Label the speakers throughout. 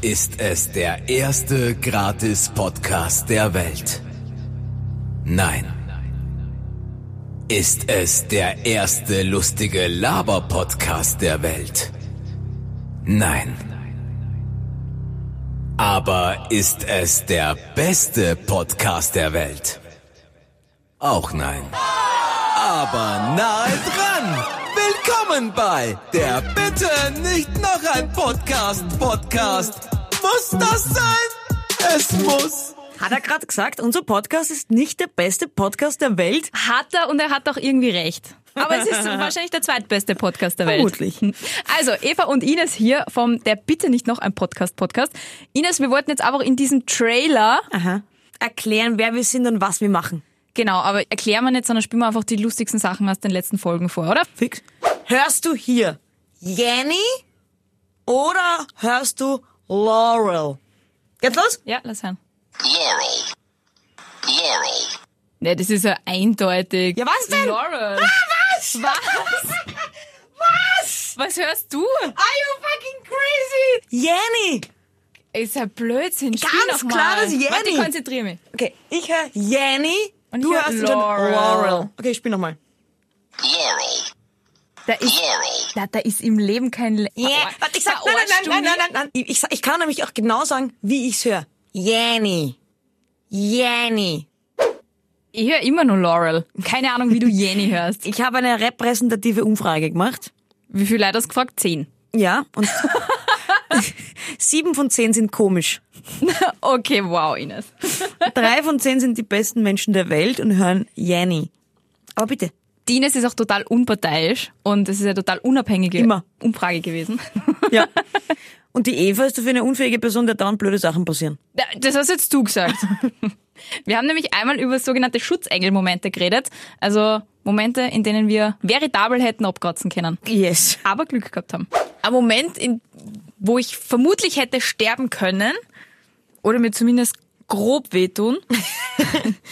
Speaker 1: ist es der erste Gratis-Podcast der Welt. Nein. Ist es der erste lustige Laber-Podcast der Welt? Nein. Aber ist es der beste Podcast der Welt? Auch nein. Aber nahe dran! Willkommen bei der Bitte nicht noch ein Podcast Podcast. Muss das sein? Es muss.
Speaker 2: Hat er gerade gesagt, unser Podcast ist nicht der beste Podcast der Welt?
Speaker 3: Hat er und er hat auch irgendwie recht. Aber es ist wahrscheinlich der zweitbeste Podcast der Welt.
Speaker 2: Vermutlich.
Speaker 3: Also Eva und Ines hier vom Der Bitte nicht noch ein Podcast Podcast. Ines, wir wollten jetzt aber auch in diesem Trailer,
Speaker 2: Aha. Erklären, wer wir sind und was wir machen.
Speaker 3: genau, aber erklären wir nicht, sondern spielen wir einfach die lustigsten Sachen aus den letzten Folgen vor, oder?
Speaker 2: Fix. Hörst du hier Jenny oder hörst du Laurel? Geht's los?
Speaker 3: Ja, lass hören.
Speaker 4: Laurel. Laurel.
Speaker 3: Ne, das ist ja eindeutig.
Speaker 2: Ja, was denn?
Speaker 3: Laurel.
Speaker 2: Was? Was? Was?
Speaker 3: Was hörst du?
Speaker 2: Are you fucking crazy? Jenny.
Speaker 3: Ist ja Blödsinn. Spiel
Speaker 2: Ganz
Speaker 3: noch mal.
Speaker 2: klares Jenny.
Speaker 3: Warte, ich konzentriere mich.
Speaker 2: Okay, ich höre Jenny
Speaker 3: Und
Speaker 2: du
Speaker 3: ich hör
Speaker 2: hörst
Speaker 3: Laurel.
Speaker 2: Dann Laurel. Okay, ich spiel nochmal.
Speaker 4: Laurel.
Speaker 3: Da ist,
Speaker 4: Laurel.
Speaker 3: da, da ist im Leben kein... Le
Speaker 2: Yeah. Oh, Warte, ich sag,
Speaker 3: Oh,
Speaker 2: nein, nein, nein, nein, nein, nein, Ich, ich, sag- ich kann nämlich auch genau sagen, wie ich's höre. Jenny. Jenny.
Speaker 3: Ich höre immer nur Laurel. Keine Ahnung, wie du Jenny hörst.
Speaker 2: Ich habe eine repräsentative Umfrage gemacht.
Speaker 3: Wie viele Leute hast du gefragt? Zehn.
Speaker 2: Ja, und sieben von zehn sind komisch.
Speaker 3: Okay, wow, Ines.
Speaker 2: Drei von zehn sind die besten Menschen der Welt und hören Jenny. Aber bitte.
Speaker 3: Die Ines ist auch total unparteiisch und es ist eine total unabhängige
Speaker 2: Immer.
Speaker 3: Umfrage gewesen.
Speaker 2: Ja. Und die Eva ist dafür eine unfähige Person, der dauernd blöde Sachen passieren.
Speaker 3: Das hast jetzt du gesagt. Wir haben nämlich einmal über sogenannte Schutzengel-Momente geredet. Also Momente, in denen wir veritabel hätten abkratzen können,
Speaker 2: Yes.
Speaker 3: aber Glück gehabt haben. Ein Moment, in, wo ich vermutlich hätte sterben können oder mir zumindest grob wehtun,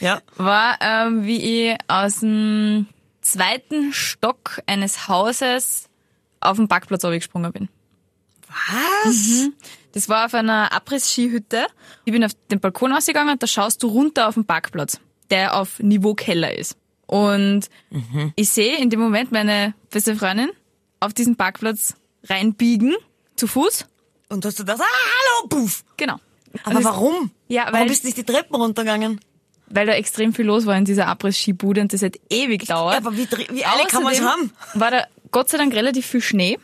Speaker 2: Ja.
Speaker 3: war, ähm, wie ich aus dem zweiten Stock eines Hauses auf den Parkplatz gesprungen bin.
Speaker 2: Was?
Speaker 3: Das war auf einer Abriss-Skihütte. Ich bin auf den Balkon ausgegangen und da schaust du runter auf den Parkplatz, der auf Niveau Keller ist. Und ich sehe in dem Moment meine beste Freundin auf diesen Parkplatz reinbiegen, zu Fuß.
Speaker 2: Und hast du das? Ah, hallo, puff.
Speaker 3: Genau.
Speaker 2: Aber
Speaker 3: Und das-
Speaker 2: warum?
Speaker 3: Ja,
Speaker 2: warum
Speaker 3: weil-
Speaker 2: bist du nicht die Treppen runtergegangen?
Speaker 3: Weil da extrem viel los war in dieser Abriss-Skibude und das hat ewig gedauert.
Speaker 2: Aber wie, dr- wie alle kann man es
Speaker 3: Außerdem
Speaker 2: haben?
Speaker 3: War da Gott sei Dank relativ viel Schnee.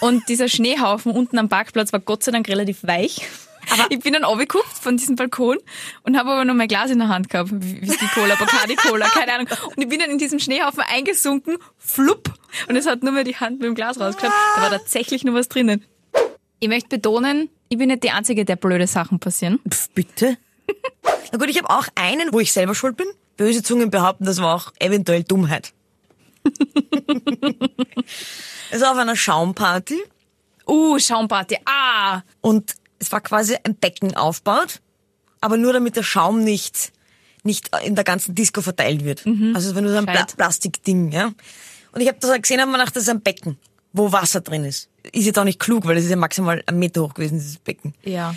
Speaker 3: Und dieser Schneehaufen unten am Parkplatz war Gott sei Dank relativ weich. Aber ich bin dann runtergeguckt von diesem Balkon und habe aber noch mein Glas in der Hand gehabt. Wie wie ist die Cola, Bacardi Cola, keine Ahnung. Und ich bin dann in diesem Schneehaufen eingesunken, flupp. Und es hat nur mehr die Hand mit dem Glas rausgeklappt. Da war tatsächlich nur was drinnen. Ich möchte betonen, ich bin nicht die Einzige, der blöde Sachen passieren.
Speaker 2: Pff, bitte? Na gut, ich habe auch einen, wo ich selber schuld bin. Böse Zungen behaupten, das war auch eventuell Dummheit. es war auf einer Schaumparty
Speaker 3: Uh, Schaumparty. Ah,
Speaker 2: und es war quasi ein Becken aufgebaut, aber nur damit der Schaum nicht, nicht in der ganzen Disco verteilt wird. Also es war nur so ein Pla
Speaker 3: Gescheit.
Speaker 2: Plastikding. Ja? Und ich habe das gesehen, habe mir gedacht, das ist ein Becken, wo Wasser drin ist. Ist jetzt auch nicht klug, weil es ist ja maximal ein Meter hoch gewesen, dieses Becken.
Speaker 3: ja.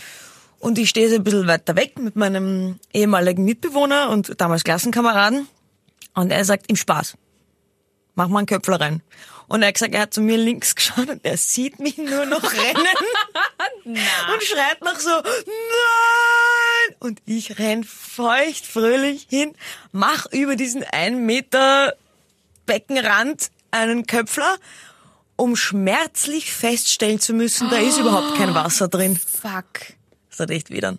Speaker 2: Und ich stehe so ein bisschen weiter weg mit meinem ehemaligen Mitbewohner und damals Klassenkameraden. Und er sagt, im Spaß, mach mal einen Köpfler rein. Und er hat gesagt, er hat zu mir links geschaut und er sieht mich nur noch rennen und schreit noch so, nein! Und ich renn feucht, fröhlich hin, mach über diesen 1 Meter Beckenrand einen Köpfler, um schmerzlich feststellen zu müssen, da ist überhaupt kein Wasser drin.
Speaker 3: Fuck.
Speaker 2: Das hat echt wieder.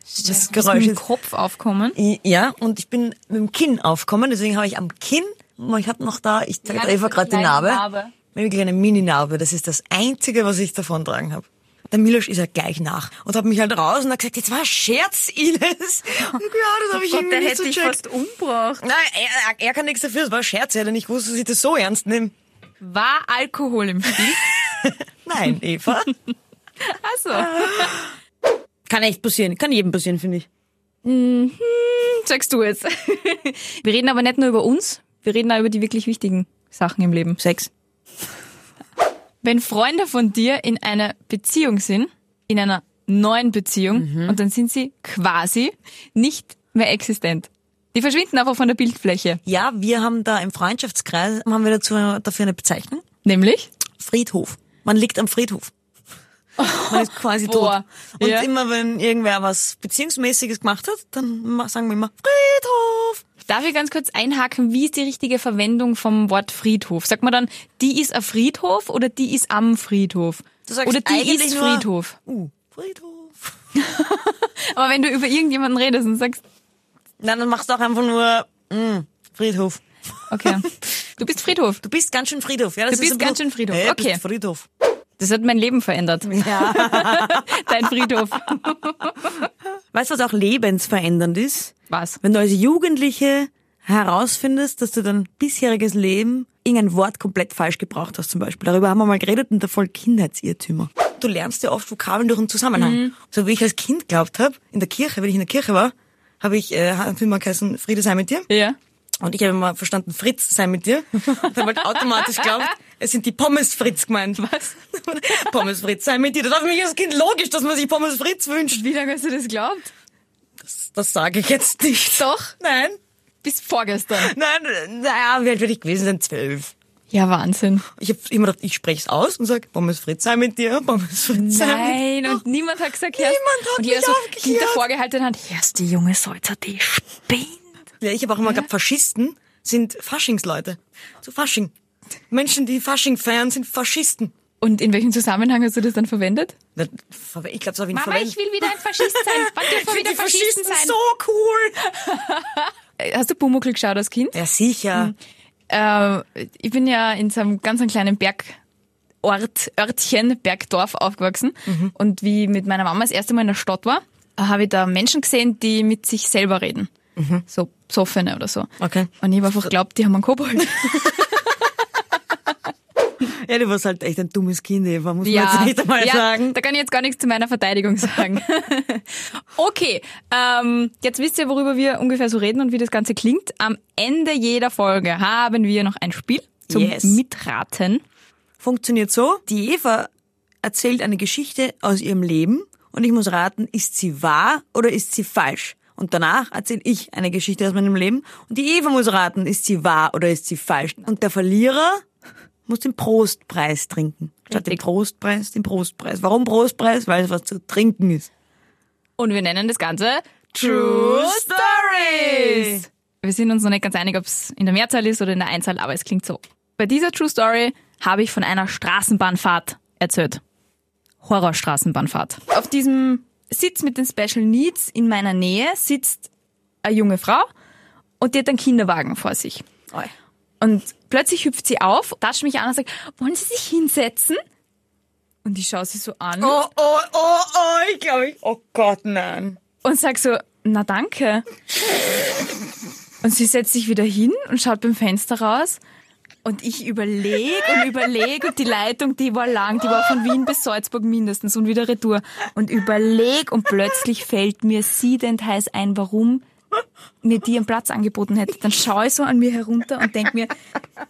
Speaker 2: Das
Speaker 3: Ist mit
Speaker 2: Geräusch
Speaker 3: dem
Speaker 2: ist. Oh
Speaker 3: Kopf aufkommen.
Speaker 2: I- Ja, und ich bin mit dem Kinn aufgekommen, deswegen habe ich am Kinn, ich habe noch da, ich zeige
Speaker 3: Ja,
Speaker 2: ja, Eva
Speaker 3: das ist
Speaker 2: gerade die
Speaker 3: eine
Speaker 2: Narbe.
Speaker 3: kleine
Speaker 2: Narbe.
Speaker 3: Narbe.
Speaker 2: Wirklich eine Mini-Narbe. Das ist das Einzige, was ich davon tragen habe. Der Milosch ist ja gleich nach und hat mich halt raus und hat gesagt, jetzt war ein Scherz, Ines. Und ja, das habe ich
Speaker 3: Oh Gott,
Speaker 2: irgendwie
Speaker 3: der
Speaker 2: nicht
Speaker 3: hätte
Speaker 2: so
Speaker 3: dich
Speaker 2: checkt.
Speaker 3: fast umgebracht.
Speaker 2: Nein, er, er kann nichts dafür, es war ein Scherz, er hätte nicht gewusst, dass ich das so ernst nehme.
Speaker 3: War Alkohol im Spiel?
Speaker 2: Nein, Eva.
Speaker 3: Also,
Speaker 2: kann echt passieren, kann jedem passieren, finde ich.
Speaker 3: sagst du jetzt. Wir reden aber nicht nur über uns, wir reden auch über die wirklich wichtigen Sachen im Leben.
Speaker 2: Sex.
Speaker 3: Wenn Freunde von dir in einer Beziehung sind, in einer neuen Beziehung und dann sind sie quasi nicht mehr existent. Die verschwinden einfach von der Bildfläche.
Speaker 2: Ja, wir haben da im Freundschaftskreis, haben wir dazu, dafür eine Bezeichnung.
Speaker 3: Nämlich?
Speaker 2: Friedhof. Man liegt am Friedhof. Man ist quasi
Speaker 3: boah.
Speaker 2: tot. Und
Speaker 3: Ja.
Speaker 2: immer wenn irgendwer was Beziehungsmäßiges gemacht hat, dann ma- sagen wir immer Friedhof.
Speaker 3: Darf ich ganz kurz einhaken, wie ist die richtige Verwendung vom Wort Friedhof? Sagt man dann, die ist ein Friedhof oder die ist am Friedhof?
Speaker 2: Du sagst
Speaker 3: oder die
Speaker 2: eigentlich
Speaker 3: ist
Speaker 2: nur-
Speaker 3: Friedhof.
Speaker 2: Uh, Friedhof.
Speaker 3: Aber wenn du über irgendjemanden redest und sagst,
Speaker 2: Nein, dann machst du auch einfach nur mm, Friedhof.
Speaker 3: okay, du bist Friedhof.
Speaker 2: Du bist ganz schön Friedhof. Ja, das
Speaker 3: Du
Speaker 2: ist
Speaker 3: bist
Speaker 2: ein
Speaker 3: ganz
Speaker 2: bisschen-
Speaker 3: schön Friedhof.
Speaker 2: Hey,
Speaker 3: Okay.
Speaker 2: Bist Friedhof.
Speaker 3: Das hat mein Leben verändert. Dein Friedhof.
Speaker 2: Weißt du, was auch lebensverändernd ist?
Speaker 3: Was?
Speaker 2: Wenn du als Jugendliche herausfindest, dass du dein bisheriges Leben irgendein Wort komplett falsch gebraucht hast, zum Beispiel. Darüber haben wir mal geredet und da voll Kindheitsirrtümer. Du lernst ja oft Vokabeln durch einen Zusammenhang. So wie ich als Kind glaubt habe, in der Kirche, wenn ich in der Kirche war, habe ich, äh, hat immer geheißen, Friede sei mit dir.
Speaker 3: Ja.
Speaker 2: Und ich habe immer verstanden, Fritz sei mit dir. Und habe halt automatisch geglaubt, es sind die Pommes Fritz gemeint. Was? Pommes Fritz sei mit dir. Das war für mich als Kind logisch, dass man sich Pommes Fritz wünscht.
Speaker 3: Wie lange hast du das geglaubt?
Speaker 2: Das sage ich jetzt nicht.
Speaker 3: Doch,
Speaker 2: Nein.
Speaker 3: bis vorgestern.
Speaker 2: Nein, naja, wie alt würde ich gewesen sein? Zwölf.
Speaker 3: Ja, Wahnsinn.
Speaker 2: Ich habe immer gedacht, ich spreche es aus und sage, Pommes Fritz sei mit dir, Pommes Fritz sei mit dir.
Speaker 3: Nein, und niemand hat gesagt,
Speaker 2: Niemand
Speaker 3: Herst-
Speaker 2: hat
Speaker 3: und jeder
Speaker 2: mich
Speaker 3: so
Speaker 2: aufgeklärt.
Speaker 3: hinter vorgehaltener Hand, Herst, die junge Säuzer, die spinnt.
Speaker 2: Ja, ich habe auch immer gedacht, Faschisten sind Faschingsleute. So Fasching. Menschen, die Fasching feiern, sind Faschisten.
Speaker 3: Und in welchem Zusammenhang hast du das dann verwendet?
Speaker 2: Na, ver- Ich glaube, es war wie ein
Speaker 3: Mama, ich will wieder ein Faschist sein. Wann dürfen wir wieder Faschisten sein?
Speaker 2: so cool.
Speaker 3: Äh, Hast du Pumuckl geschaut als Kind?
Speaker 2: Ja, sicher.
Speaker 3: Hm. Ähm, ich bin ja in so einem ganz kleinen Bergort, Örtchen, Bergdorf aufgewachsen. Und wie ich mit meiner Mama das erste Mal in der Stadt war, äh, habe ich da Menschen gesehen, die mit sich selber reden. So Psoffene oder so.
Speaker 2: Okay.
Speaker 3: Und ich habe einfach geglaubt, die haben einen Kobold.
Speaker 2: Ja, du warst halt echt ein dummes Kind, Eva, muss man jetzt echt einmal
Speaker 3: ja,
Speaker 2: sagen.
Speaker 3: Da kann ich jetzt gar nichts zu meiner Verteidigung sagen. okay, ähm, jetzt wisst ihr, worüber wir ungefähr so reden und wie das Ganze klingt. Am Ende jeder Folge haben wir noch ein Spiel zum
Speaker 2: Yes.
Speaker 3: Mitraten.
Speaker 2: Funktioniert so, die Eva erzählt eine Geschichte aus ihrem Leben und ich muss raten, ist sie wahr oder ist sie falsch? Und danach erzähle ich eine Geschichte aus meinem Leben und die Eva muss raten, ist sie wahr oder ist sie falsch? Und der Verlierer muss den Prostpreis trinken. Statt den
Speaker 3: Richtig.
Speaker 2: Prostpreis, den Prostpreis. Warum Prostpreis? Weil es was zu trinken ist.
Speaker 3: Und wir nennen das Ganze True Stories. Wir sind uns noch nicht ganz einig, ob es in der Mehrzahl ist oder in der Einzahl, aber es klingt so. Bei dieser True Story habe ich von einer Straßenbahnfahrt erzählt. Horrorstraßenbahnfahrt. Auf diesem Sitz mit den Special Needs in meiner Nähe sitzt eine junge Frau und die hat einen Kinderwagen vor sich.
Speaker 2: Oi.
Speaker 3: Und plötzlich hüpft sie auf, tascht mich an und sagt, wollen Sie sich hinsetzen? Und ich schaue sie so an.
Speaker 2: Oh, oh, oh, oh, ich glaube, ich, oh Gott, nein.
Speaker 3: und sag so, na danke. Und sie setzt sich wieder hin und schaut beim Fenster raus. Und ich überlege und überlege und die Leitung, die war lang, die war von Wien bis Salzburg mindestens und wieder retour. Und überleg und plötzlich fällt mir siedend heiß ein, warum mir die einen Platz angeboten hätte. Dann schaue ich so an mir herunter und denke mir,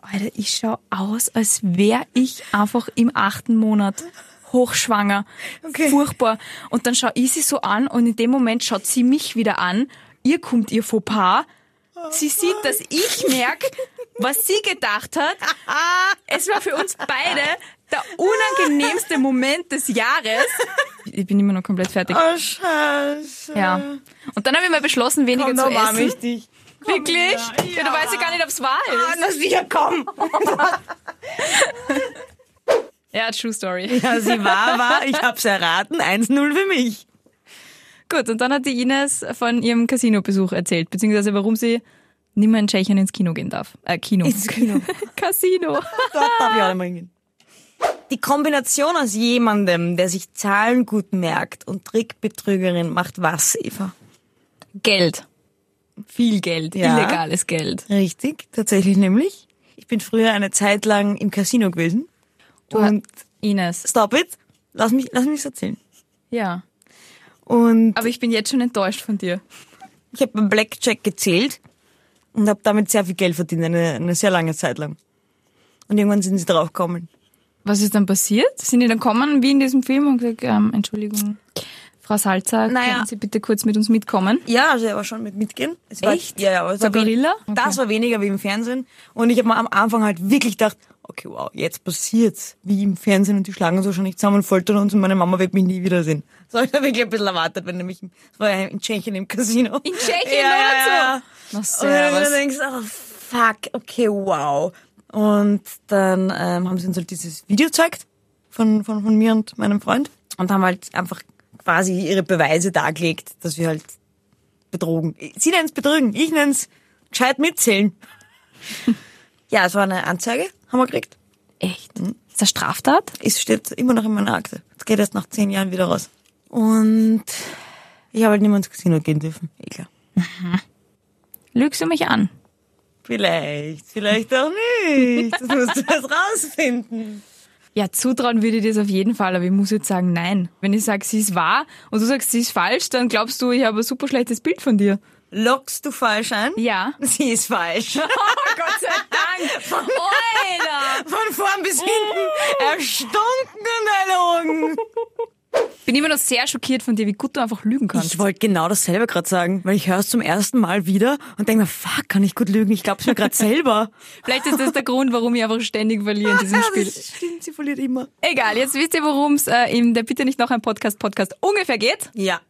Speaker 3: Alter, ich schaue aus, als wäre ich einfach im achten Monat hochschwanger. Furchtbar. Und dann schaue ich sie so an und in dem Moment schaut sie mich wieder an. Ihr kommt ihr Fauxpas. Sie sieht, dass ich merke, was sie gedacht hat. Es war für uns beide der unangenehmste Moment des Jahres. Ich bin immer noch komplett fertig.
Speaker 2: Oh, scheiße.
Speaker 3: Ja. Und dann habe ich mal beschlossen, weniger
Speaker 2: Komm,
Speaker 3: zu
Speaker 2: da warm
Speaker 3: essen.
Speaker 2: ich dich.
Speaker 3: Wirklich? Ja. Du weißt ja gar nicht, ob es wahr
Speaker 2: Ah,
Speaker 3: ist.
Speaker 2: Na sicher, komm.
Speaker 3: Ja, True Story.
Speaker 2: Ja, sie war, war, ich hab's erraten, 1-0 für mich.
Speaker 3: Gut, und dann hat die Ines von ihrem Casino-Besuch erzählt, beziehungsweise warum sie nicht mehr in Tschechien ins Kino gehen darf. Äh, Kino.
Speaker 2: Ins Kino.
Speaker 3: Casino.
Speaker 2: Dort darf ich auch nicht mehr hingehen. Die Kombination aus jemandem, der sich Zahlen gut merkt und Trickbetrügerin macht was, Eva?
Speaker 3: Geld. Viel Geld.
Speaker 2: Ja.
Speaker 3: Illegales Geld.
Speaker 2: Richtig, tatsächlich nämlich. Ich bin früher eine Zeit lang im Casino gewesen. und
Speaker 3: Ines.
Speaker 2: stop it, lass mich, lass mich's erzählen.
Speaker 3: Ja.
Speaker 2: Und
Speaker 3: Aber ich bin jetzt schon enttäuscht von dir.
Speaker 2: ich habe beim Blackjack gezählt und habe damit sehr viel Geld verdient, eine, eine sehr lange Zeit lang. Und irgendwann sind sie draufgekommen.
Speaker 3: was ist dann passiert? Sind die dann kommen wie in diesem Film und gesagt, ähm, Entschuldigung, Frau Salzer,
Speaker 2: Naja.
Speaker 3: können Sie bitte kurz mit uns mitkommen?
Speaker 2: Ja, also er war schon mit mitgehen. Es war,
Speaker 3: Echt?
Speaker 2: Ja, ja. aber es
Speaker 3: So
Speaker 2: war wen-
Speaker 3: Gorilla?
Speaker 2: Das war weniger wie im Fernsehen. Und ich habe mir am Anfang halt wirklich gedacht, okay, wow, jetzt passiert's. Wie im Fernsehen und die schlagen uns wahrscheinlich zusammen und foltern uns und meine Mama wird mich nie wiedersehen. So hab ich da wirklich ein bisschen erwartet, wenn nämlich, es war ja in Tschechien im Casino.
Speaker 3: In Tschechien
Speaker 2: ja,
Speaker 3: oder so?
Speaker 2: ja, ja.
Speaker 3: Na,
Speaker 2: Und dann
Speaker 3: servus.
Speaker 2: denkst du, oh, fuck, okay, wow. Und dann ähm, haben sie uns halt dieses Video gezeigt von, von, von mir und meinem Freund und haben halt einfach quasi ihre Beweise dargelegt, dass wir halt betrogen. Sie nennen's betrügen, ich nennen's gescheit mitzählen. ja, es war eine Anzeige, haben wir gekriegt.
Speaker 3: Echt? Ist das Straftat?
Speaker 2: Es steht immer noch in meiner Akte. Es geht erst nach zehn Jahren wieder raus. Und ich habe halt niemand ins Casino gehen dürfen. Eh klar.
Speaker 3: Lügst du mich an?
Speaker 2: Vielleicht, vielleicht auch nicht. Das musst du erst rausfinden.
Speaker 3: Ja, zutrauen würde ich dir das auf jeden Fall, aber ich muss jetzt sagen, nein. Wenn ich sage, sie ist wahr und du sagst, sie ist falsch, dann glaubst du, ich habe ein super schlechtes Bild von dir.
Speaker 2: Lockst du falsch ein?
Speaker 3: Ja.
Speaker 2: Sie ist falsch.
Speaker 3: Oh, Gott sei Dank! Alter!
Speaker 2: Von vorn bis hinten erstunken und erlogen.
Speaker 3: Bin immer noch sehr schockiert von dir, wie gut du einfach lügen kannst.
Speaker 2: Ich wollte genau dasselbe gerade sagen, weil ich höre es zum ersten Mal wieder und denke mir, fuck, kann ich gut lügen? Ich glaube es mir gerade selber.
Speaker 3: Vielleicht ist das der Grund, warum ich einfach ständig verliere in diesem
Speaker 2: Ja,
Speaker 3: Spiel.
Speaker 2: das stimmt, sie verliert immer.
Speaker 3: Egal, jetzt wisst ihr, worum es äh, in der Bitte nicht noch ein Podcast-Podcast ungefähr geht.
Speaker 2: Ja.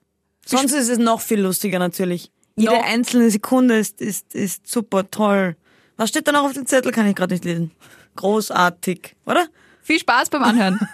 Speaker 2: Sonst ist es noch viel lustiger natürlich. Jede
Speaker 3: Noch-
Speaker 2: einzelne Sekunde ist, ist, ist super toll. Was steht da noch auf dem Zettel, kann ich gerade nicht lesen. Großartig, oder?
Speaker 3: Viel Spaß beim Anhören.